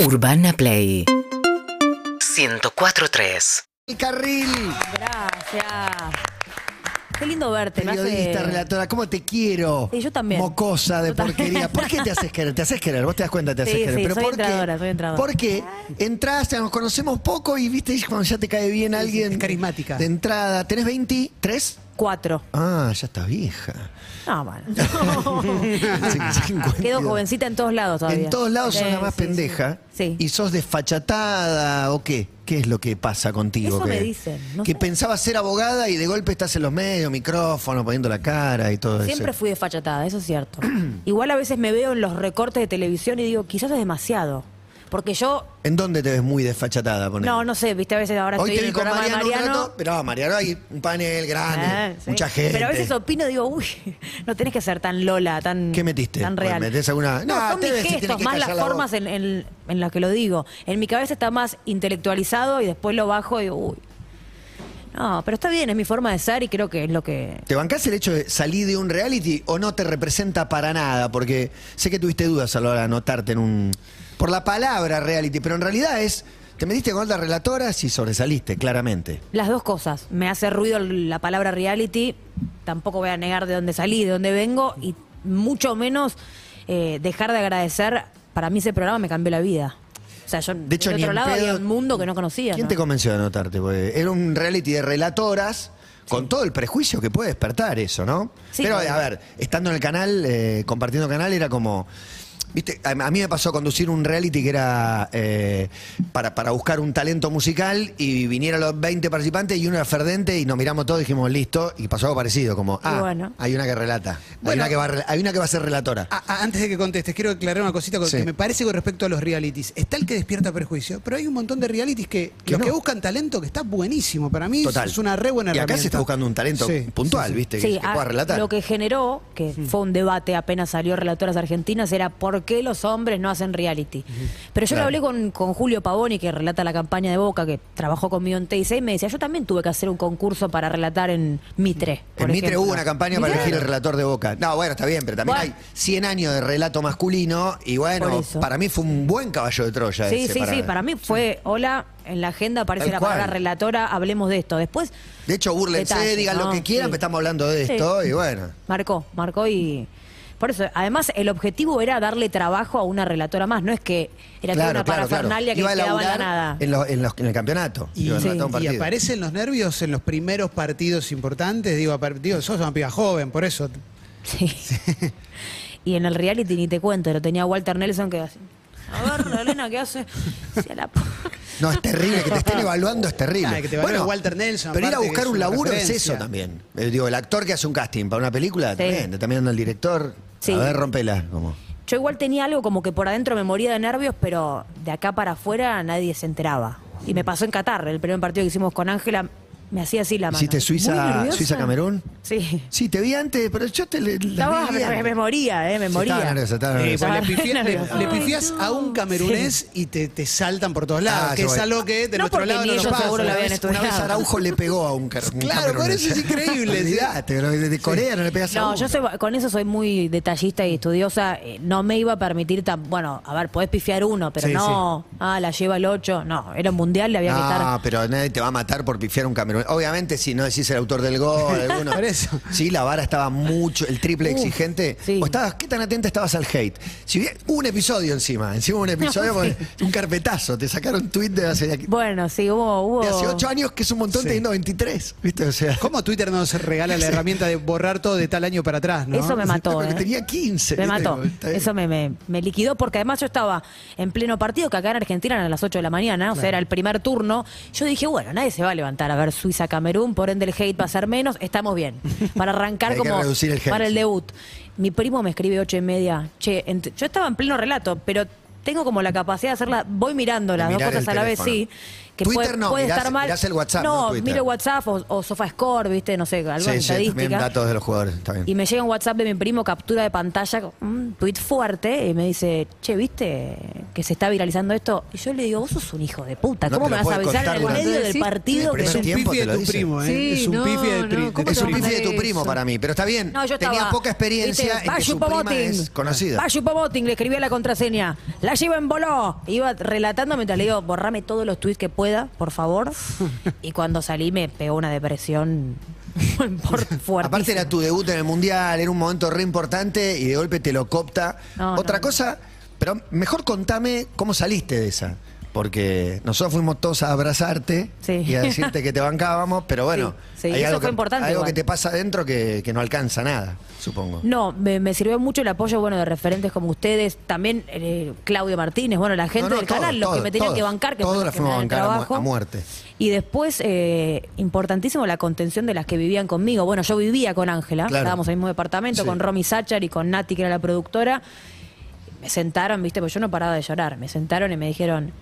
Urbana Play 104.3 El carril, Ah, Gracias. Qué lindo verte. me hace- periodista, relatora, ¿cómo te quiero? Sí, yo también. Mocosa de Yo también. porquería. ¿Por qué te haces querer? Te haces querer, vos te das cuenta, te haces Sí, querer. sí, soy ¿por qué? entradora, soy entradora. Porque entras, ya nos conocemos poco y viste y cuando ya te cae bien alguien. es carismática. De entrada, ¿tenés 23? Cuatro. Ah, ya está vieja. No, bueno. Sí, 52. Quedo jovencita en todos lados todavía. En todos lados sos Sí, la más sí, sí. pendeja. Sí. ¿Y sos desfachatada o qué? ¿Qué es lo que pasa contigo? Eso que, me dicen, no que sé. pensabas ser abogada y de golpe estás en los medios, micrófono, poniendo la cara y todo eso. Siempre fui desfachatada, eso es cierto. Igual a veces me veo en los recortes de televisión y digo, quizás es demasiado. Porque yo, ¿En dónde te ves muy desfachatada? ponele? no, no sé, viste, a veces ahora Hoy estoy te en vi el con programa Mariano, de Mariano. un rato, pero ah, Mariano hay un panel grande, Ah, sí. mucha gente. Pero a veces opino y digo, uy, no tenés que ser tan lola, tan. ¿Qué metiste? Tan Pues, real. ¿metés alguna- No, Nah, son te mis ves y tenés gestos, que más las callar la formas boca. en, en, en las que lo digo. En mi cabeza está más intelectualizado y después lo bajo y digo, uy. No, pero está bien, es mi forma de ser y creo que es lo que. ¿Te bancás el hecho de salir de un reality o no te representa para nada? Porque sé que tuviste dudas a la hora de anotarte en un. por la palabra reality, pero en realidad es. Te metiste con otras relatoras y sobresaliste, claramente. Las dos cosas. Me hace ruido la palabra reality. Tampoco voy a negar de dónde salí, de dónde vengo y mucho menos eh, dejar de agradecer. Para mí ese programa me cambió la vida. O sea, yo De hecho, del ni otro en lado había pedo- un mundo que no conocía. ¿Quién ¿no? te convenció de anotarte? Porque era un reality de relatoras. Con todo el prejuicio que puede despertar eso, ¿no? Sí, Pero, obvio. a ver, estando en el canal, eh, compartiendo canal, era como. Viste, a, a mí me pasó conducir un reality que era eh, para, para buscar un talento musical y vinieron los 20 participantes y uno era Ferdente y nos miramos todos y dijimos, listo, y pasó algo parecido, como, Y ah, bueno. hay una que relata, hay, Bueno. una que va, a rel- hay una que va a ser relatora. Ah, ah, antes de que contestes, quiero aclarar una cosita con- Sí. que me parece con respecto a los realities. Está el que despierta prejuicio, pero hay un montón de realities que, Que los no. que buscan talento que está buenísimo. Para mí Total. es una re buena Y acá se está herramienta. buscando un talento Sí, puntual, sí, sí. ¿viste? Sí, que, que a- pueda relatar. lo que generó, que fue un debate apenas salió Relatoras Argentinas, era por qué los hombres no hacen reality. Pero yo Claro. lo hablé con, con Julio Pavoni, que relata la campaña de Boca, que trabajó conmigo en TIC, y me decía, yo también tuve que hacer un concurso para relatar en Mitre. por En Mitre ejemplo". hubo una campaña para Mirá. elegir el relator de Boca. No, bueno, está bien, pero también Bueno. hay 100 años de relato masculino y Por bueno, eso. para mí fue un buen caballo de Troya. Sí, ese sí, sí, para mí fue, hola, en la agenda aparece Tal la palabra cual. relatora, hablemos de esto. Después De hecho, burlense, Detalle, digan lo no, que quieran, sí. pero estamos hablando de Sí. esto y bueno. Marcó, marcó y. Por eso, además, el objetivo era darle trabajo a una relatora más, no es que era toda una parafernalia Iba a que quedaba en la laburar nada. En, los- en los- en el campeonato. Y, Iba a sí. relatar un y partido. aparecen los nervios en los primeros partidos importantes. Digo, apar- digo, sos una piba joven, por eso. Sí. Y en el reality ni te cuento, lo tenía Walter Nelson que así. A ver, la Elena, ¿qué hace? Sí, a la p- No, es terrible, que te estén evaluando es terrible. Ah, que te evalúe Walter Nelson, Pero ir a aparte, buscar que es un una laburo es referencia. eso también. Eh, digo, el actor que hace un casting para una película, también, también anda el director. Sí. A ver, rompela. Como. Yo igual tenía algo como que por adentro me moría de nervios, pero de acá para afuera nadie se enteraba. Y me pasó en Qatar, el primer partido que hicimos con Ángela, me hacía así la mano. ¿Hiciste Muy Suiza, nerviosa. Suiza Camerún? Sí. Sí, te vi antes, pero yo te le. Estaba, le- me, me moría, eh, me Sí, moría. estaba nerviosa, estaba Eh, nerviosa. pues le, pifié- le- Ah, nervioso. le pifiás a un camerunés y te, te saltan por todos lados, Ah, que yo es voy. algo que de No, nuestro porque lado ni no nos ellos pasa. seguro lo una, habían vez, una estudiado. vez Araujo le pegó a un car- un Claro, por camerunés. eso es increíble, sí. Olvidate, pero de de Corea no le pegas a No, uno. yo soy- con eso soy muy detallista y estudiosa. eh, No me iba a permitir tan. Bueno, a ver, podés pifiar uno, pero Sí, Ah, no. Ah, la lleva el 8. No, era un mundial, le había que No, estar. pero nadie te va a matar por pifiar un camerunés. Obviamente, si no decís el autor del gol, alguno. Por eso. Sí, la vara estaba mucho, el triple Uf, exigente. sí. O estabas, ¿Qué tan atenta estabas al hate? Si bien, hubo un episodio encima, encima hubo un episodio, No, porque- un carpetazo, te sacaron tweet de hace, de Bueno, sí, hubo. hubo... hace 8 años, que es un montón, Sí. teniendo 23. ¿Viste? O sea. ¿Cómo Twitter nos regala la herramienta de borrar todo de tal año para atrás? ¿no? Eso me mató. Porque ¿eh? tenía 15, Me ¿viste? mató. Está bien. Eso me, me- me liquidó porque además yo estaba en pleno partido, que acá en Argentina eran a las 8 de la mañana, o sea, era el primer turno. Yo dije, bueno, nadie se va a levantar a ver Suiza-Camerún, por ende el hate va a ser menos, estamos bien. Para arrancar Hay que como reducir el hate, para el sí. debut. Mi primo me escribe 8 y media. Che, ent- yo estaba en pleno relato, pero tengo como la capacidad de hacerla, voy mirando las De dos mirar cosas el a la vez, teléfono. sí. Que Twitter puede, no, puede mirás- estar mal. mirás el WhatsApp, no No, Twitter. miro WhatsApp o, o SofaScore, viste, no sé, alguna Sí, sí, estadística. también datos de los jugadores. Está bien. Y me llega un WhatsApp de mi primo, captura de pantalla, un tweet fuerte, y me dice, che, ¿viste que se está viralizando esto. Y yo le digo, vos sos un hijo de puta. No ¿Cómo te lo me vas a puede avisar en el contar medio durante- del Sí, partido? por que eso Es un no- tiempo te pifi de lo tu dicen. primo, ¿eh? Sí, es un no, pifi de, no, ¿cómo de Es tu un te primo. vas pifi de tu Eso. primo para mí, pero está bien. No, yo estaba. Tenía poca experiencia ¿viste? en que su Yupo prima Botín. es conocida. Va Yupo Botín, le escribía la contraseña. La lleva en voló. Iba relatando mientras le digo, borrame todos los tweets que pueda, por favor. y cuando salí me pegó una depresión por fuerte. Aparte era tu debut en el Mundial, era un momento re importante y de golpe te lo copta. No, Otra no. cosa, pero mejor contame cómo saliste de esa. Porque nosotros fuimos todos a abrazarte Sí. y a decirte que te bancábamos, pero bueno, Sí, sí, hay eso algo, fue que, importante algo igual. que te pasa adentro que, que no alcanza nada, supongo. No, me, me sirvió mucho el apoyo bueno de referentes como ustedes, también eh, Claudio Martínez, bueno, la gente No, no, del todo, canal, los todo, que me tenían todos, que bancar, que todos fueron la los que me fuimos a dan el bancar a mu- trabajo. a muerte. Y después, eh, importantísimo la contención de las que vivían conmigo. Bueno, yo vivía con Ángela, Claro. estábamos en el mismo departamento, Sí. con Romy Sachar y con Nati, que era la productora. Me sentaron, viste, pues yo no paraba de llorar. Me sentaron y me dijeron,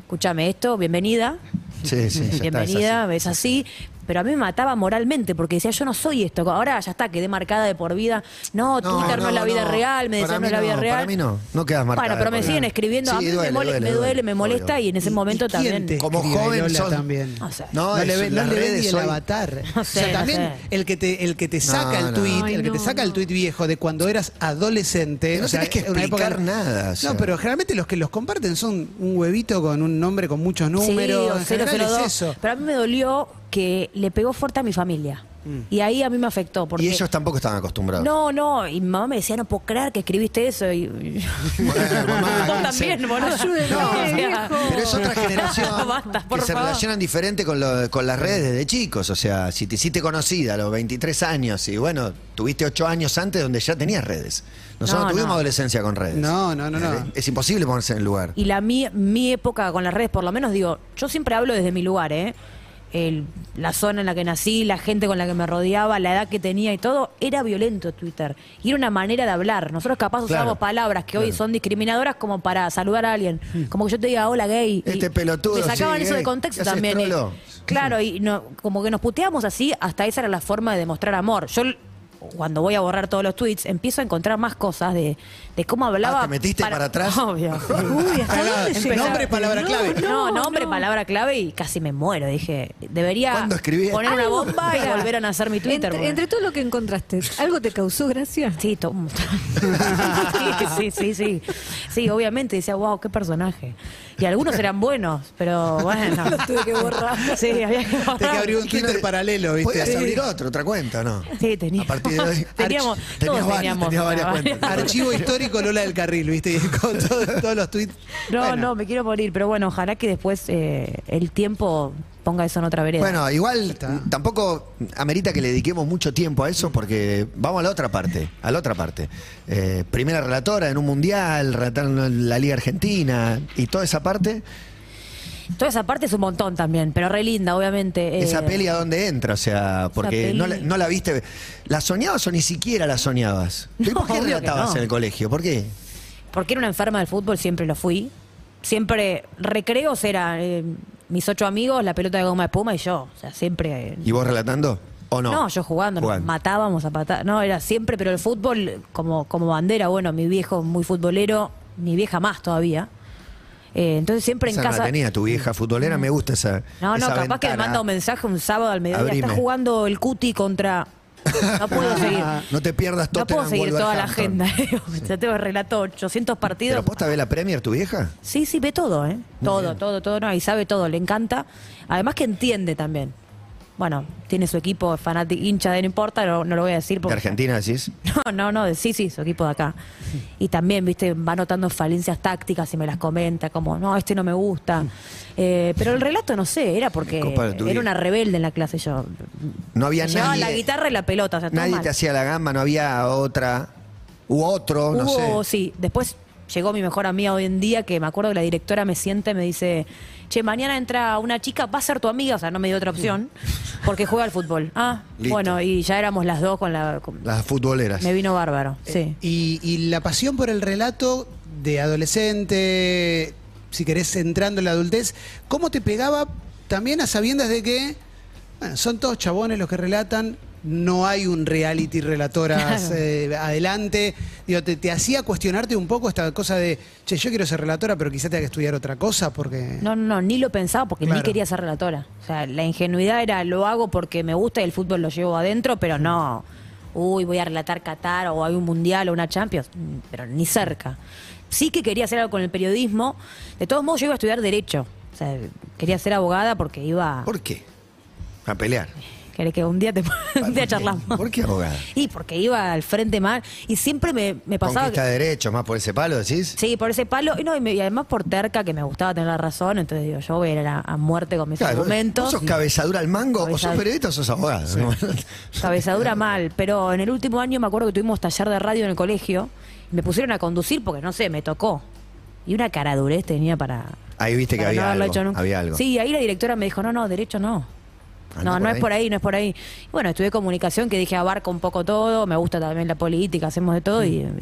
escúchame esto, bienvenida. Sí, sí, ya está, es Bienvenida, así. es así. Pero a mí me mataba moralmente porque decía, yo no soy esto. Ahora ya está, quedé marcada de por vida. No, No, Twitter no, es la no, vida no. real, me Para decían no mí es la vida no, real. para mí no. No quedas marcada Bueno, de pero me por siguen vida. escribiendo. a Sí, mí duele, me, mole- duele, me duele, duele, me molesta obvio. y en ese ¿Y- momento y quién también. te Como escribe, joven Lola, sos- también. No sé. No, es- le ve, no las le ve redes ni el hoy- avatar. No o sé, sea, no también sé. el que te, el que te saca No, el no. tweet, Ay, el que te no, saca el no. tweet viejo de cuando eras adolescente. Que no o sea, tenés que en una explicar nada, o sea. No, pero generalmente los que los comparten son un huevito con un nombre con muchos Sí, números. o en general 002. es eso. Pero a mí me dolió que le pegó fuerte a mi familia. Y ahí a mí me afectó. Porque Mm. Y ellos tampoco estaban acostumbrados. No, no, y mi mamá me decía, no puedo creer que escribiste eso. Y, Bueno, mamá, Vos sí. también, boludo. Ayúdenme, No, viejo. Pero es otra generación Basta, por que se favor. relacionan diferente con, lo- con las redes desde chicos. O sea, si te hiciste conocida a los 23 años y bueno, tuviste 8 años antes donde ya tenías redes. Nosotros No, no tuvimos no. adolescencia con redes. No, no, no, no. Es, es imposible ponerse en el lugar. Y la mi, mi época con las redes, por lo menos digo, yo siempre hablo desde mi lugar, ¿eh? El- la zona en la que nací, la gente con la que me rodeaba, la edad que tenía y todo, era violento Twitter. Y era una manera de hablar. Nosotros capaz usábamos palabras que hoy son discriminadoras como para saludar a alguien. Como que yo te diga, hola gay. y Hmm. Este pelotudo, Me sacaban sí, eso gay. de contexto ¿Qué haces, también. ¿eh? trolo? Claro, y no, como que nos puteamos así, hasta esa era la forma de demostrar amor. Yo l- cuando voy a borrar todos los tweets, empiezo a encontrar más cosas de, de cómo hablaba. Ah, ¿te metiste para atrás? Obvio. Uy, ¿hasta Pará, dónde empezá. llegó? Nombre, palabra clave. No, no, nombre, no. palabra clave y casi me muero. Dije, debería ¿Cuándo escribí? poner una Algo- bomba y Pará. volver a nacer mi Twitter. Entre, porque- entre todo lo que encontraste, ¿algo te causó gracia? Sí, to- sí, sí, sí, sí. Sí, obviamente decía, wow, qué personaje. Y algunos eran buenos, pero bueno. Los tuve que borrar. Sí, había que borrar. Tenés que abrir un ¿Quién Twitter te- paralelo, ¿viste? Podías abrir otro, otra cuenta, ¿no? Sí, tenía. A partir de hoy, teníamos, Arch- todos tenías varias- teníamos tenías varias una- cuentas. Archivo histórico Lola del Carril, ¿viste? Y Con todo- todos los tweets. No, Bueno. no, me quiero morir, pero bueno, ojalá que después eh, el tiempo ponga eso en otra vereda. Bueno, igual mm, tampoco amerita que le dediquemos mucho tiempo a eso porque vamos a la otra parte, a la otra parte. Eh, primera relatora en un mundial, relataron en la Liga Argentina y toda esa parte, Toda esa parte es un montón también, pero re linda, obviamente. eh, esa peli a dónde entra, o sea, porque peli. no la, no la viste, ¿la soñabas o ni siquiera la soñabas? ¿Y No, por qué obvio que relatabas no. en el colegio? ¿Por qué? Porque era una enferma del fútbol, siempre lo fui. Siempre, recreos era eh, mis ocho amigos, la pelota de goma de espuma y yo. O sea, siempre. eh, ¿Y vos relatando o no? yo jugando, nos Jugando. matábamos a patadas. No, era siempre, pero el fútbol como, como bandera, bueno, mi viejo muy futbolero, mi vieja más todavía. Eh, entonces siempre Esa en no la casa. tenía tu vieja futbolera, me gusta esa. No, no, esa capaz que me ventana. manda un mensaje un sábado al mediodía. Abrime. Está jugando el cuti contra. No puedo seguir. No te pierdas No puedo Tottenham, seguir toda la Wolverhampton. agenda. Yo tengo relato 800 partidos. ¿Pero posta ve la Premier tu vieja? Sí, sí, ve todo, ¿eh? Todo, todo, todo, no, y sabe todo, le encanta. Además que entiende también. Bueno, tiene su equipo fanático, hincha de no importa, no, no lo voy a decir ¿De porque. Argentina decís? No, no, no, de- sí, sí, su equipo de acá. Y también, viste, va notando falencias tácticas y me las comenta, como, no, este no me gusta. Eh, pero el relato, no sé, era porque Me copa de tu era vida. una rebelde en la clase yo. No había Llevaba nadie. la guitarra y la pelota, o sea, todo nadie mal. te hacía la gamba, no había otra. U otro, no Hubo, sé. sí, después llegó mi mejor amiga hoy en día, que me acuerdo que la directora me siente y me dice, che, mañana entra una chica, va a ser tu amiga, o sea, no me dio otra opción, porque juega al fútbol. Ah, Listo. bueno, y ya éramos las dos con la... con- Las futboleras. me vino bárbaro, Eh, sí. Y, y la pasión por el relato de adolescente, si querés entrando en la adultez, ¿cómo te pegaba también a sabiendas de que bueno, son todos chabones los que relatan? No hay un reality relatoras eh, adelante. digo, te, te hacía cuestionarte un poco esta cosa de, che, yo quiero ser relatora, pero quizá tenga que estudiar otra cosa porque... No, no, no, ni lo pensaba porque ni Claro. quería ser relatora. O sea, la ingenuidad era lo hago porque me gusta y el fútbol lo llevo adentro, pero no. Uy, voy a relatar Qatar o hay un mundial o una Champions, mm, pero ni cerca. Sí que quería hacer algo con el periodismo. De todos modos, yo iba a estudiar Derecho. O sea, quería ser abogada porque iba. ¿Por qué? A pelear. Querés que un día te un día charlamos. ¿Por qué abogada? Y porque iba al frente mal. Y siempre me, me pasaba. Conquista que- de derechos, más por ese palo, decís. Sí, por ese palo. Y, no, y, me- y además por terca, que me gustaba tener la razón. Entonces digo, yo voy a ir a, a muerte con mis Claro, ¿Vos argumentos. sos cabezadura al mango? ¿O sos Cabezad- periodista o sos abogado? Cabezadura mal. Pero en el último año me acuerdo que tuvimos taller de radio en el colegio. Y me pusieron a conducir porque, no sé, me tocó. Y una cara durez tenía para... Ahí viste que para no había, haberlo algo, hecho nunca. había algo. Sí, ahí la directora me dijo, no, no, derecho no. Ah, no, no, es por ahí, no es por ahí. Y Bueno, estudié comunicación, que dije abarca un poco todo, me gusta también la política, hacemos de todo y, Mm.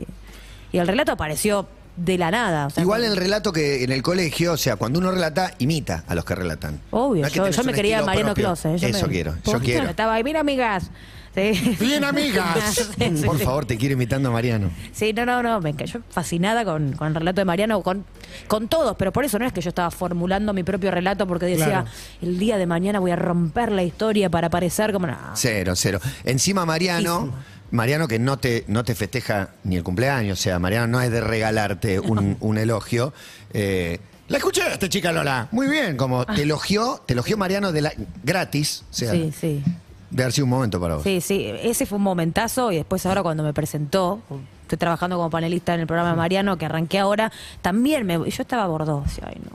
y el relato apareció de la nada. o sea, Igual el relato que en el colegio, o sea, cuando uno relata, imita a los que relatan. Obvio, No es que yo, tenés yo me un quería estilo Mariano propio. Close. ¿eh? Eso quiero, yo quiero. Estaba ahí, mira amigas. Sí. Bien, Sí, amigas. sí, Por sí. favor, te quiero imitando a Mariano. Sí, no, no, no, me yo fascinada con, con el relato de Mariano, con, con todos, pero por eso no es que yo estaba formulando mi propio relato porque decía, Claro. el día de mañana voy a romper la historia para parecer como... No, Cero, cero. Encima Mariano, Mariano que no te, no te festeja ni el cumpleaños, o sea, Mariano no es de regalarte un, un elogio. eh, la escuchaste, chica Lola. Muy bien, como te elogió, te elogió Mariano de la, gratis, o sea, Ah. sí, sí. de haber sido un momento para vos. Sí, sí, ese fue un momentazo y después ahora cuando me presentó, estoy trabajando como panelista en el programa de Mariano, que arranqué ahora, también me... Yo estaba bordó, decía, ay no.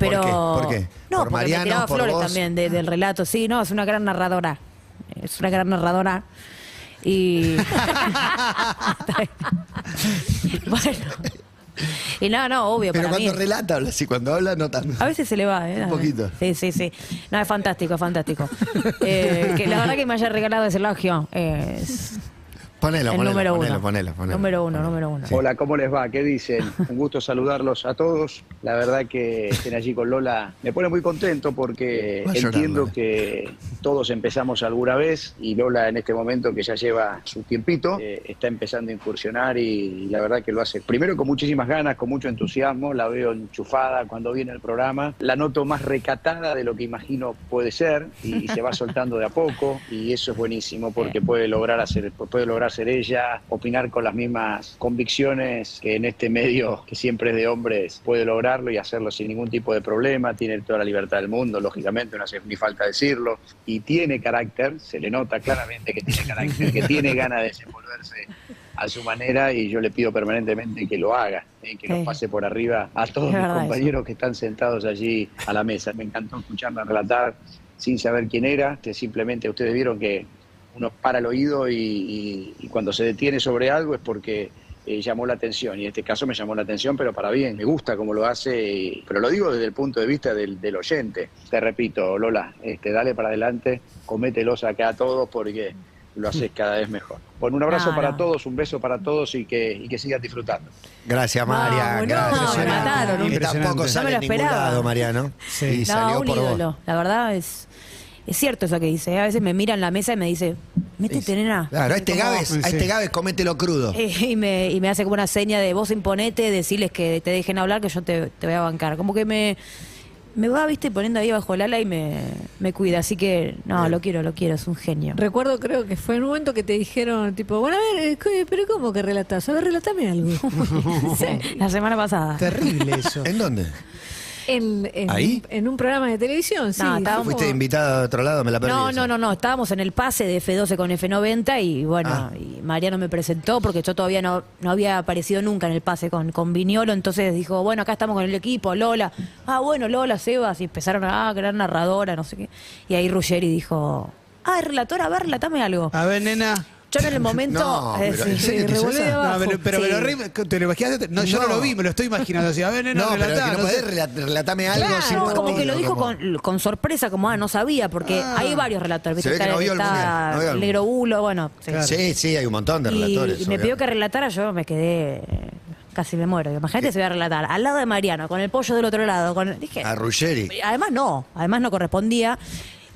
Pero, ¿Por qué? ¿Por qué? ¿Por No, porque Mariano, me tiraba por flores vos? también de- del relato, sí, no, es una gran narradora, es una gran narradora y... bueno, y no, no, obvio, Pero para mí... cuando relata, habla así, cuando habla, no tanto. A veces se le va, ¿eh? Un poquito. Sí, sí, sí. No, es fantástico, es fantástico. Eh, que la verdad que me haya regalado ese elogio eh, es Ponelo, el ponelo, número uno. ponelo, ponelo, ponelo. Número uno, número uno. Hola, ¿cómo les va? ¿Qué dicen? Un gusto saludarlos a todos. La verdad que estén allí con Lola me pone muy contento porque Va a llorar, entiendo Lola. que todos empezamos alguna vez y Lola en este momento que ya lleva su tiempito eh, está empezando a incursionar y, la verdad que lo hace primero con muchísimas ganas, con mucho entusiasmo, la veo enchufada cuando viene al programa, la noto más recatada de lo que imagino puede ser y, se va soltando de a poco y eso es buenísimo porque puede lograr hacer puede lograr ser ella, opinar con las mismas convicciones que en este medio que siempre es de hombres puede lograrlo y hacerlo sin ningún tipo de problema, tiene toda la libertad del mundo, lógicamente, no hace ni falta decirlo, y tiene carácter, se le nota claramente que tiene carácter, que tiene ganas de desenvolverse a su manera y yo le pido permanentemente que lo haga, eh, que Sí. lo pase por arriba a todos Es mis verdad eso. compañeros que están sentados allí a la mesa. Me encantó escucharla relatar sin saber quién era, que simplemente ustedes vieron que uno para el oído y, y- y cuando se detiene sobre algo es porque eh, llamó la atención. Y en este caso me llamó la atención, pero para bien, me gusta cómo lo hace, y- pero lo digo desde el punto de vista del, del oyente. Te repito, Lola, este, dale para adelante, comételos acá a todos porque lo haces cada vez mejor. Bueno, un abrazo No, para no. todos, un beso para todos y que, y que sigas disfrutando. Gracias, Mariano. Vamos, no, gracias. me mataron, Que impresionante. tampoco No sale me lo en ningún esperaba. lado, Mariano. Sí. Y No, salió un por vos. ídolo. La verdad es, es cierto eso que dice. ¿eh? A veces me mira en la mesa y me dice, métete, nena. Claro, a este Como- Gávez, a este Sí. Gávez comételo crudo. Ah. Eh, Y me, y me hace como una seña de vos imponete, decirles que te dejen hablar, que yo te, te voy a bancar. Como que me, me va, viste, poniendo ahí bajo el ala y me, me cuida. Así que, no, lo quiero, lo quiero, es un genio. Recuerdo, creo que fue en un momento que te dijeron, tipo, bueno, a ver, eh, ¿qué- pero ¿cómo que relatás? A ver, relatame algo. Sí. La semana pasada. Terrible eso. ¿En dónde? en, en- ¿Ahí? en un programa de televisión, sí. No, estábamos- ¿Fuiste invitada a otro lado? Me la perdí. No, esa. no, no, no, estábamos en el pase de F12 con F90 y bueno, Ah. y Mariano me presentó porque yo todavía no, no había aparecido nunca en el pase con, con Viñolo, entonces dijo, bueno, acá estamos con el equipo, Lola, ah, bueno, Lola, Sebas, y empezaron, ah, gran narradora, no sé qué. Y ahí Ruggeri dijo, ah, es relatora, a ver, relatame algo. A ver, nena. Yo en el momento... Ah. No, eh, pero sí, ¿en serio te hizo revolví esa? de No, No, abajo. pero, pero me lo Sí. re- ¿te lo imaginaste? No, yo no No. lo vi, me lo estoy imaginando así. A ver, nena, No, pero relatá, que no no sé. podés relat- relatame algo Claro, sin como que partido, lo dijo como- Con, con sorpresa, como ah, no sabía, porque Ah. hay varios relatores. Se ¿viste? ve que no vio el está mundial, no vio el- Negro Bulo, bueno. sí. Sí, sí, hay un montón de Y- relatores. Y, me obvio. pidió que relatara, yo me quedé. eh, Casi me muero. Digo, Imagínate si voy a relatar. Al lado de Ah. Mariano, con el pollo del otro lado. Con, dije, A Ruggeri. además no, además no correspondía.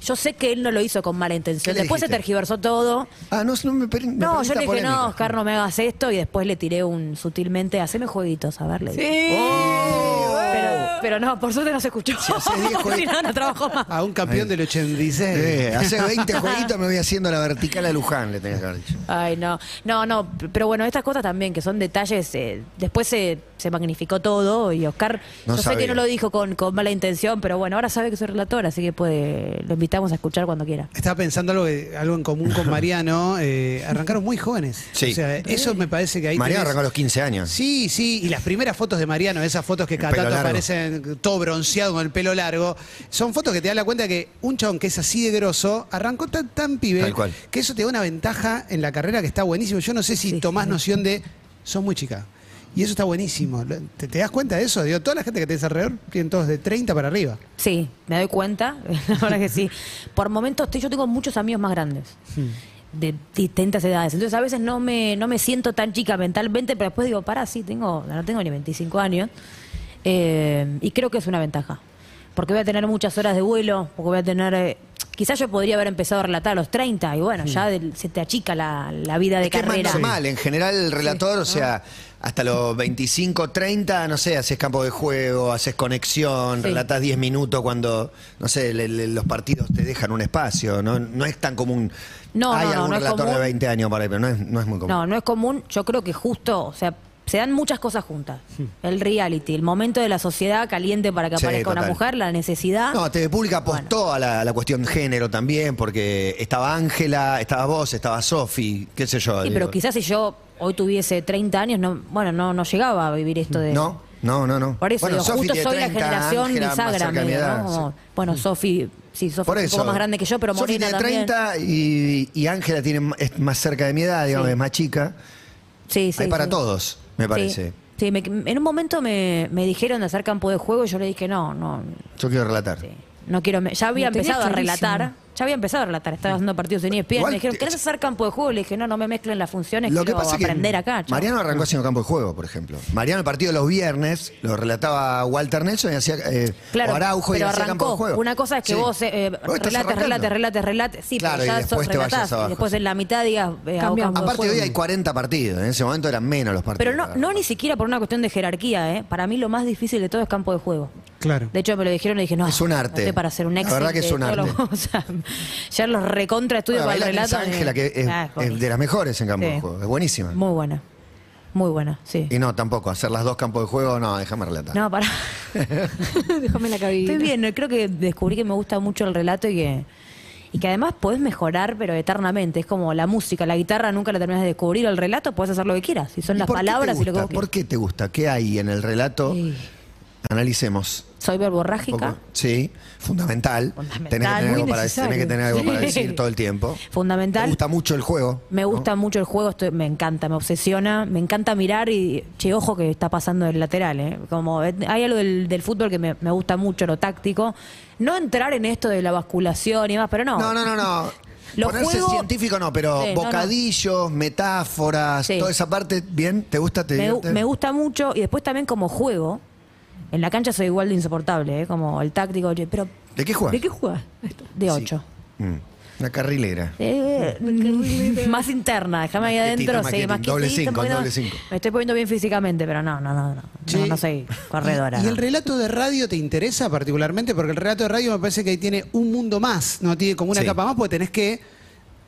Yo sé que él no lo hizo con mala intención. ¿Qué le Después se dijiste? tergiversó todo. Ah, no, no me, per- me No, permita yo le dije, polémica. no, Oscar, no me hagas esto. Y después le tiré un sutilmente, haceme jueguitos, a ver, le dije. Oh. Sí. Pero, pero no, por suerte no se escuchó. haces diez Porque si no, no trabajó más. A un campeón del 86. Eh, hace 20 jueguitos me voy haciendo la vertical a Luján, le tenías que haber dicho. Ay, no, no, no, pero bueno, estas cosas también, que son detalles, eh, después se, se magnificó todo y Oscar, No yo sé sabía. que no lo dijo con, con mala intención, pero bueno, ahora sabe que soy relator, así que puede, lo invitamos a escuchar cuando quiera. Estaba pensando algo, que- algo en común con Mariano. eh, arrancaron muy jóvenes. Sí. O sea, eso me parece que ahí. Mariano tenés- arrancó a los 15 años. Sí, sí, y las primeras fotos de Mariano, esas fotos que cada pelo tanto largo. aparecen todo bronceado con el pelo largo, son fotos que te dan la cuenta que un chabón que es así de grosso arrancó tan, tan pibe Tal cual. que eso te da una ventaja en la carrera que está buenísimo. Yo no sé si tomás noción de son muy chica. Y eso está buenísimo. Lo- ¿Te, te das cuenta de eso? Digo, toda la gente que tenés alrededor tienen todos de 30 para arriba. Sí, me doy cuenta, la verdad que sí. Por momentos te- yo tengo muchos amigos más grandes. De distintas edades. Entonces a veces no me, no me siento tan chica mentalmente, pero después digo, pará, sí, tengo, no tengo ni 25 años. Eh, y creo que es una ventaja. Porque voy a tener muchas horas de vuelo, porque voy a tener. eh, quizás yo podría haber empezado a relatar a los 30, y bueno, ya del- se te achica la, la vida de Es que es más carrera. Ah. normal, en general el relator, o sea, hasta los 25, 30, no sé, haces campo de juego, haces conexión, Sí. relatas 10 minutos cuando, no sé, le- le- los partidos te dejan un espacio, ¿no? No es tan común. No, Hay no, no, algún no es relator de común. 20 años para ahí, pero no es, no es muy común. No, no es común. Yo creo que justo, o sea, se dan muchas cosas juntas. El reality, el momento de la sociedad caliente para que Hmm. Sí, aparezca una total. mujer, la necesidad. No, TV Pública apostó a, la, a la cuestión género también, porque estaba Ángela, estaba vos, estaba Sofi, qué sé yo. sí, digo. pero quizás si yo hoy tuviese 30 años, no, bueno, no, no llegaba a vivir esto de... No, no, no, no. Por eso, Bueno, digo, Sofi justo tiene soy la 30, generación Ángela más bisagra, cerca de mi medio, edad, ¿no? sí. Hmm. Como, Bueno, Sofi, sí, Sofi Por es eso. un poco más grande que yo, pero Sofi Morena tiene también. 30 y y Ángela tiene m- es más cerca de mi edad, digamos, Sí. es más chica. Sí, sí, Hay para sí. todos, me parece. Sí, Sí, me- en un momento me, me dijeron de hacer campo de juego y yo le dije, no, no, Yo quiero relatar. No quiero. me- ya había Lo tenía empezado a clarísimo. relatar. Ya había empezado a relatar. Estaba haciendo partidos en E ESPN. Igual Me dijeron, te- ¿querés hacer campo de juego? Le dije, no, no me mezclen las funciones. Lo que quiero pasa es que aprender acá. chao". Mariano arrancó haciendo campo de juego, por ejemplo. Mariano el partido los viernes lo relataba Walter Nelson y hacía eh, Claro, o Araujo y pero hacía campo de arrancó. juego. Una cosa es que Sí. vos eh, eh, Vos estás relates, arrancando. relates, relates, relates. Sí, Claro, y pero ya después sos te vayas relatás. abajo. Y después en la mitad digas, eh, hago Cambiamos. campo de Aparte juego. hoy hay 40 partidos, en ese momento eran menos los partidos. Pero no, no ni siquiera por una cuestión de jerarquía, ¿eh? Para mí lo más difícil de todo es campo de juego. Claro. De hecho, me lo dijeron y dije, no. Es un arte. no estoy para hacer un La Excel verdad que de es un todo lo- arte. o sea, ya los recontra estudio Bueno, para el baila Miss relato. eh. Ángela, que es, Ah, es buenísimo. de las mejores en campo Sí. de juego, es buenísima. Muy buena. Muy buena, sí. Y no, tampoco, hacer las dos campos de juego, no, déjame relatar. No, pará. Déjame la cabina. Estoy bien, creo que descubrí que me gusta mucho el relato y que, y que además podés mejorar, pero eternamente. Es como la música, la guitarra nunca la terminas de descubrir, el relato podés hacer lo que quieras. Si son ¿Y las por qué te palabras y lo que gusta? vos ¿Por quieras. qué te gusta? ¿Qué hay en el relato? Sí. Analicemos. Soy un verborrágica. poco. Sí, fundamental. Fundamental. Tenés que tener, Muy algo para, necesario. tenés que tener algo para Sí. decir todo el tiempo. Fundamental. Me gusta mucho el juego. Me gusta mucho el juego, estoy- me encanta, me obsesiona, me encanta mirar y, che, ojo que está pasando el lateral, ¿eh? Como eh, hay algo del, del fútbol que me, me gusta mucho, lo táctico. No entrar en esto de la basculación y demás, pero no. No, no, no, no. Lo Ponerse juego- científico no, pero Sí, no, no. bocadillos, metáforas, Sí. toda esa parte, ¿bien? ¿Te gusta? ¿Te me, divierte? me gusta mucho y después también como juego. En la cancha soy igual de insoportable, ¿eh? como el táctico, che, pero ¿De qué jugás? ¿De qué jugás? de 8. Mm, Una carrilera. más interna, déjame ahí Más quietita, más adentro, sí, quietita, más un doble quietita, un cinco, un poquito- doble cinco. Me estoy poniendo bien físicamente, pero no, no, no, no, no, Che, no soy corredora. ¿Y, y no. el relato de radio te interesa particularmente? Porque el relato de radio me parece que ahí tiene un mundo más, ¿no? Tiene como una Sí. capa más, porque tenés que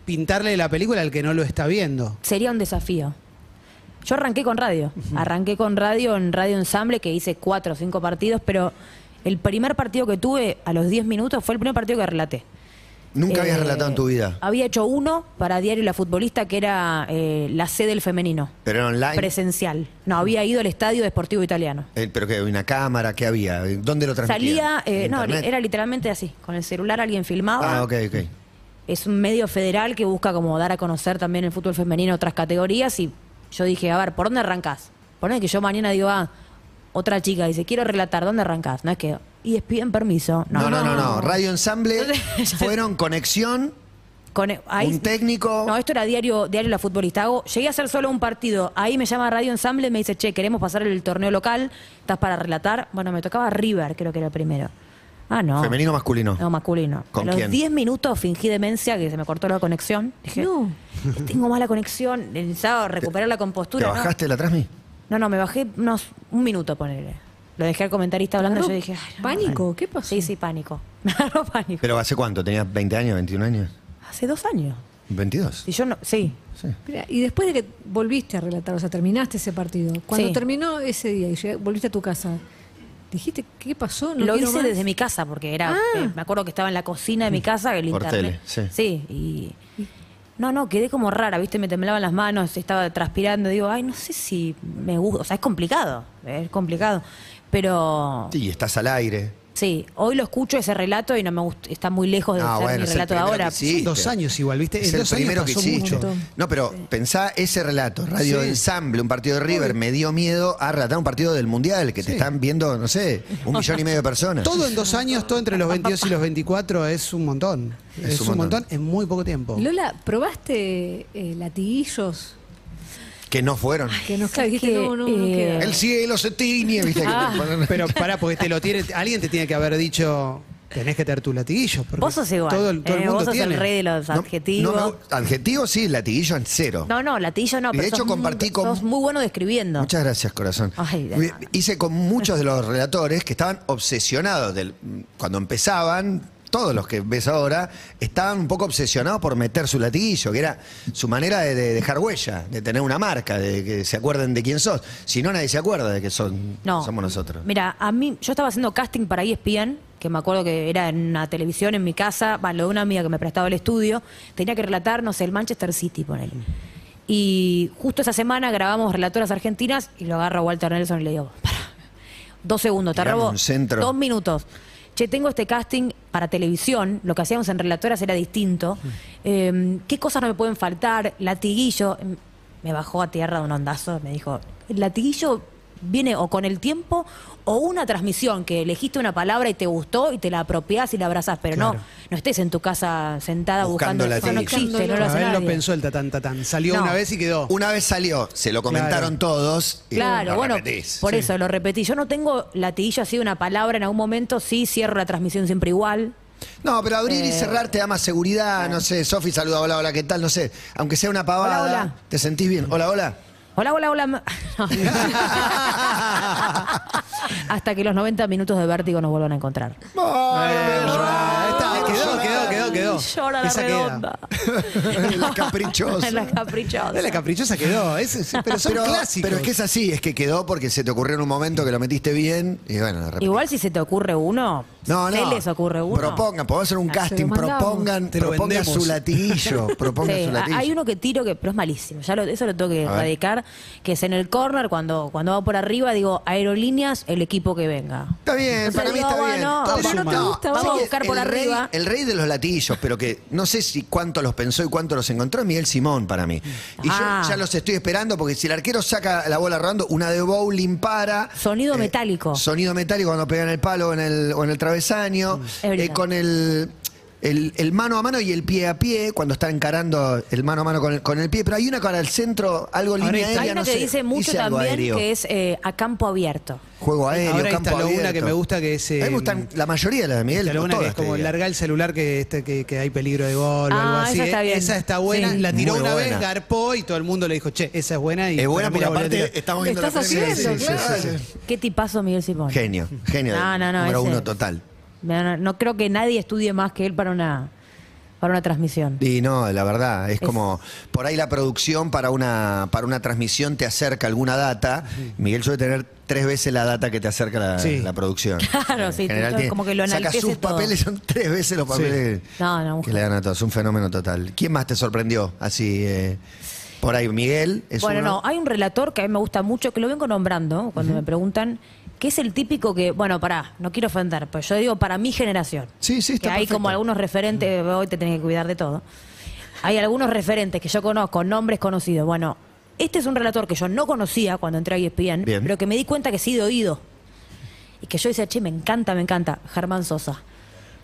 pintarle la película al que no lo está viendo. sería un desafío. Yo arranqué con radio. Arranqué con radio en Radio Ensamble, que hice cuatro o cinco partidos, pero el primer partido que tuve a los 10 minutos fue el primer partido que relaté. Nunca habías Eh, relatado en tu vida. Había hecho uno para Diario La Futbolista, que era eh, la sede del femenino, Pero era online. presencial. No, había ido al Estadio Deportivo Italiano. Eh, ¿Pero qué? ¿Una cámara? ¿Qué había? ¿Dónde lo transmitían? Salía, eh, ¿En no, internet? era literalmente así, con el celular alguien filmaba. Ah, ok, ok. es un medio federal que busca como dar a conocer también el fútbol femenino otras categorías y yo dije, a ver, ¿por dónde arrancás? Ponés que yo mañana digo, ah, otra chica dice, quiero relatar, ¿dónde arrancás? No es que, y despiden permiso. No, No, no, no, no. Radio Ensamble Entonces- fueron conexión. Con- ahí- un técnico. No, esto era diario, diario La Futbolista. Hago- llegué a hacer solo un partido. Ahí me llama Radio Ensamble y me dice, che, queremos pasar el torneo local. ¿Estás para relatar? Bueno, me tocaba River, creo que era el primero. Ah, no. ¿Femenino o masculino? No, masculino. ¿Con a los quién? 10 minutos fingí demencia, que se me cortó la conexión. Dije, "Eh, No. tengo mala conexión, necesitaba recuperar la ¿Te compostura. ¿no? bajaste de la Transmi? No, no, me bajé unos un minuto, ponerle. Lo dejé al comentarista hablando y yo dije... "Ay, no, ¿Pánico? ¿Qué pasó? Sí, sí, pánico. Me agarró pánico. ¿Pero hace cuánto? ¿Tenías 20 años, 21 años? Hace dos años. ¿22? Y yo no... Sí. Sí. Mirá, y después de que volviste a relatar, o sea, terminaste ese partido, cuando Sí. terminó ese día y lleg- volviste a tu casa, dijiste, ¿qué pasó? No lo quiero hice más. Ah. desde mi casa, porque era... eh, me acuerdo que estaba en la cocina de mi casa, el Mm. Por internet. tele, sí. y... No, no, quedé como rara, ¿viste? Me temblaban las manos, estaba transpirando. Digo, ay, no sé si me gusta... O sea, es complicado, es complicado. Pero... Sí, y estás al aire. Sí, hoy lo escucho ese relato y no me gusta, está muy lejos de Ah, ser bueno, mi es el relato de primero ahora. que sí. Son dos años igual, ¿viste? Es en el dos años primero que pasó hiciste. mucho. No, pero pensá ese relato, radio Sí. ensamble, un partido de River, me dio miedo a relatar un partido del Mundial, que te Sí. están viendo, no sé, un millón y medio de personas. Todo en dos años, todo entre los 22 y los 24 es un montón. Es, un montón. en muy poco tiempo. Lola, ¿probaste eh, latiguillos? Que no fueron. Que nos ¿Sabes dijiste, qué? Ah, no, no, no Eh, queda. El cielo se tiñe, viste. que te ponen- Pero pará, porque te lo tiene, alguien te tiene que haber dicho, tenés que tener tu latiguillo. porque Vos sos igual. Todo, el- todo eh, el mundo vos sos tiene. el rey de los No, adjetivos. no No, me gu- adjetivos sí, latiguillo en cero. no, latillo no. Y de pero hecho sos compartí muy- con- Sos muy bueno describiendo. Muchas gracias, corazón. Ay, de Me- nada. Hice con muchos de los relatores que estaban obsesionados. Del, cuando empezaban, todos los que ves ahora, estaban un poco obsesionados por meter su latiguillo, que era su manera de, de dejar huella, de tener una marca, de que se acuerden de quién sos. Si no, nadie se acuerda de que son, No. somos nosotros. Mira, a mí, yo estaba haciendo casting para E ESPN, que me acuerdo que era en una televisión en mi casa, bueno, lo de una amiga que me prestaba el estudio, tenía que relatar, no sé, el Manchester City, ponele. Y justo esa semana grabamos Relatoras Argentinas y lo agarro a Walter Nelson y le digo, para, dos segundos, te Tirame robo un centro. dos minutos. Che, tengo este casting para televisión, lo que hacíamos en Relatoras era distinto. Eh, ¿Qué cosas no me pueden faltar? Latiguillo. em, Me bajó a tierra de un ondazo, me dijo, el latiguillo viene o con el tiempo o una transmisión que elegiste una palabra y te gustó y te la apropiás y la abrazás, pero no no estés en tu casa sentada Buscando buscando, eso no latiguillo. existe, no lo A hace ver, lo nadie. pensó el tatán tatán. Salió No. una vez y quedó. Una vez salió, se lo comentaron Claro. todos. y Claro, lo bueno, repetís. por eso lo repetí. Yo no tengo latiguillo así de una palabra en algún momento, sí cierro la transmisión siempre igual. No, pero abrir Eh, y cerrar te da más seguridad, no sé. Sofi, saluda, hola, hola, ¿qué tal? No sé. Aunque sea una pavada, hola. te sentís bien. Hola, hola. Hola, hola, hola. ma- No. Hasta que los 90 minutos de vértigo nos vuelvan a encontrar. Ah, está, quedó, quedó, quedó, quedó. Llora la Esa queda. redonda. La caprichosa. la caprichosa. De la caprichosa quedó. Es- es- pero son Pero, clásicos. pero es que es así, es que quedó porque se te ocurrió en un momento que lo metiste bien y bueno, de repente- Igual si se te ocurre uno, No, se no. les ocurre uno. Propongan, podemos hacer un Ah, se lo casting, mandamos. propongan, Te lo propongan vendemos. su latiguillo, propongan Sí, su a- latiguillo. hay uno que tiro que, pero es malísimo. Ya lo- eso lo tengo que A ver. erradicar. Que es en el corner, cuando, cuando va por arriba, digo aerolíneas, el equipo que venga. Está bien, Entonces para mí digo, está bien. bueno, Todo vos no te suma. gusta, vamos ¿sabes a buscar qué? por El rey- arriba. el rey de los latillos, pero que no sé si cuántos los pensó y cuántos los encontró, es Miguel Simón para mí. Y Ah. yo ya los estoy esperando porque si el arquero saca la bola rodando, una de bowling para. eh, Sonido metálico. Sonido metálico cuando pega en el palo o en el, o en el travesaño. Mm. Es verdad. Eh, con el. El, el mano a mano y el pie a pie, cuando está encarando el mano a mano con el, con el pie, pero hay una cara al centro, algo Ahora línea está. aérea, Hay una no que sé, dice mucho algo también, aéreo. que es eh, a campo abierto. Juego aéreo, Ahora campo instaló una abierto. que me gusta que es, A mí me eh, gustan la mayoría de las de Miguel. Está la una que todas es como te diría. largar el celular que, este- que, que hay peligro de gol o Ah, algo así. eh, esa está bien. Esa está buena. Sí. La tiró Muy una buena. vez, garpó y todo el mundo le dijo, che, esa es buena. Y Es buena pero porque mira, volví a tirar. aparte estamos viendo Estás la primera. haciendo, claro. Qué tipazo Miguel Simón. Genio, genio. No, no, no, número ese- uno total. No, no, no creo que nadie estudie más que él para una, para una transmisión. Y no, la verdad, es, como por ahí la producción para una para una transmisión te acerca alguna data. Miguel suele tener tres veces la data que te acerca la, Sí. la producción. Claro, sí, En general tú- tiene- como que lo Saca enaltece sus todo. papeles, son tres veces los papeles No, no, un que le dan a todos. Un fenómeno total. ¿Quién más te sorprendió? Así, eh, por ahí, Miguel. Es Bueno, uno. no, hay un relator que a mí me gusta mucho, que lo vengo nombrando cuando me preguntan, que es el típico que, bueno, pará, no quiero ofender, pero yo digo para mi generación. Sí, sí, está Que hay perfecto. como algunos referentes, hoy te tenés que cuidar de todo. Hay algunos referentes que yo conozco, nombres conocidos. Bueno, este es un relator que yo no conocía cuando entré a E ESPN, Bien. pero que me di cuenta que sí de oído. Y que yo decía, che, me encanta, me encanta, Germán Sosa.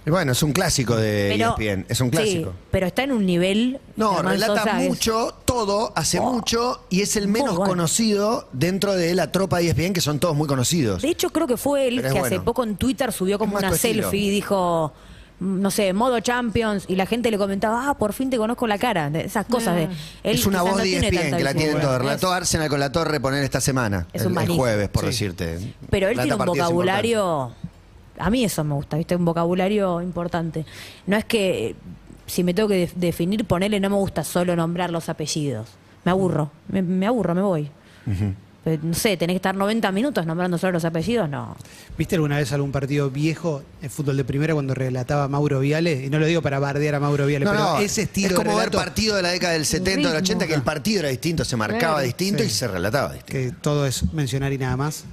Y bueno, es un clásico de E Pero- ESPN, es un sí, clásico. pero está en un nivel. No, Germán relata Sosa, es- mucho, todo, hace mucho, y es el Muy menos bueno. conocido dentro de la tropa de E ESPN, que son todos muy conocidos. De hecho, creo que fue él Pero que es hace bueno. poco en Twitter subió como Es más una tu estilo. selfie y dijo, mm, no sé, modo Champions, y la gente le comentaba, ah, por fin te conozco la cara. De esas cosas de. Él Mm. es una quizás voz no de E tiene ESPN tanta que la visibilidad. tienen todos. Es- Relató Arsenal con la torre poner esta semana, Es el, un el manico. jueves, por Sí. decirte. Pero él Relata tiene partidos un importantes. vocabulario. A mí eso me gusta, ¿viste? Un vocabulario importante. No es que. eh, Si me tengo que de- definir, ponerle, no me gusta solo nombrar los apellidos. Me aburro. Me, me aburro, me voy. Eh, No sé, tenés que estar 90 minutos nombrando solo los apellidos, no. eh, ¿Viste alguna vez algún partido viejo en fútbol de primera cuando relataba Mauro Viale? Y no lo digo para bardear a Mauro Viale, No, pero no, ese estilo es como de ver relato partido de la década del 70 o del 80 que el partido era distinto, se marcaba Claro. distinto Sí. y se relataba distinto. que todo es mencionar y nada más.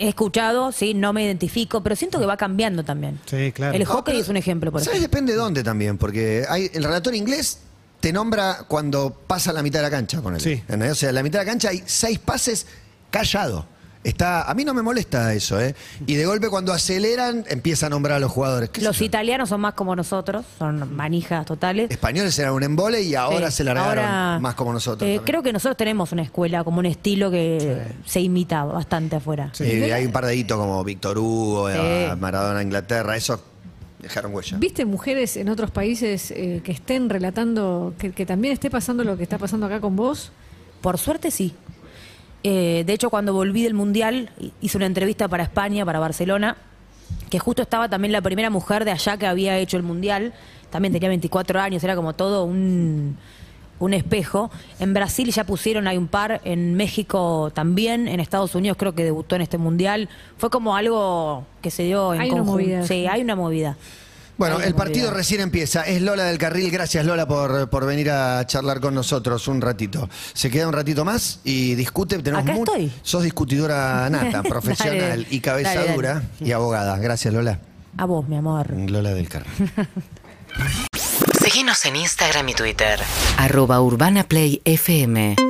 He escuchado, sí, no me identifico, pero siento que va cambiando también. Sí, claro. El No, hockey es un ejemplo, por ¿Sabes? ejemplo. Depende de dónde también, porque hay, el relator inglés te nombra cuando pasa la mitad de la cancha con él. Sí. O sea, la mitad de la cancha hay seis pases callado. Está, a mí no me molesta eso, ¿eh? Y de golpe cuando aceleran empieza a nombrar a los jugadores. ¿Qué sé Los yo? italianos son más como nosotros, son manijas totales. Españoles eran un embole y ahora Sí, se largaron ahora, más como nosotros. eh, también. creo que nosotros tenemos una escuela, como un estilo que se imita bastante afuera. Sí, Eh, hay un par de hitos como Víctor Hugo, eh, Maradona, Inglaterra, eso dejaron huella. ¿Viste mujeres en otros países eh, que estén relatando, que, que también esté pasando lo que está pasando acá con vos? Por suerte sí. Eh, de hecho, cuando volví del Mundial, hi- hice una entrevista para España, para Barcelona, que justo estaba también la primera mujer de allá que había hecho el Mundial. También tenía 24 años, era como todo un, un espejo. En Brasil ya pusieron, hay un par, en México también, en Estados Unidos creo que debutó en este Mundial. Fue como algo que se dio en Hay una conjunto. movida. Sí, hay una movida. Bueno, Hay el una partido movida. recién empieza. Es Lola del Carril. Gracias, Lola, por, por venir a charlar con nosotros un ratito. Se queda un ratito más y discute. Tenemos Acá mu- estoy. Sos discutidora nata, profesional Dale, y cabeza dale, dale. dura y abogada. Gracias, Lola. A vos, mi amor. Lola del Carril. Seguinos en Instagram y Twitter. Arroba Urbana Play FM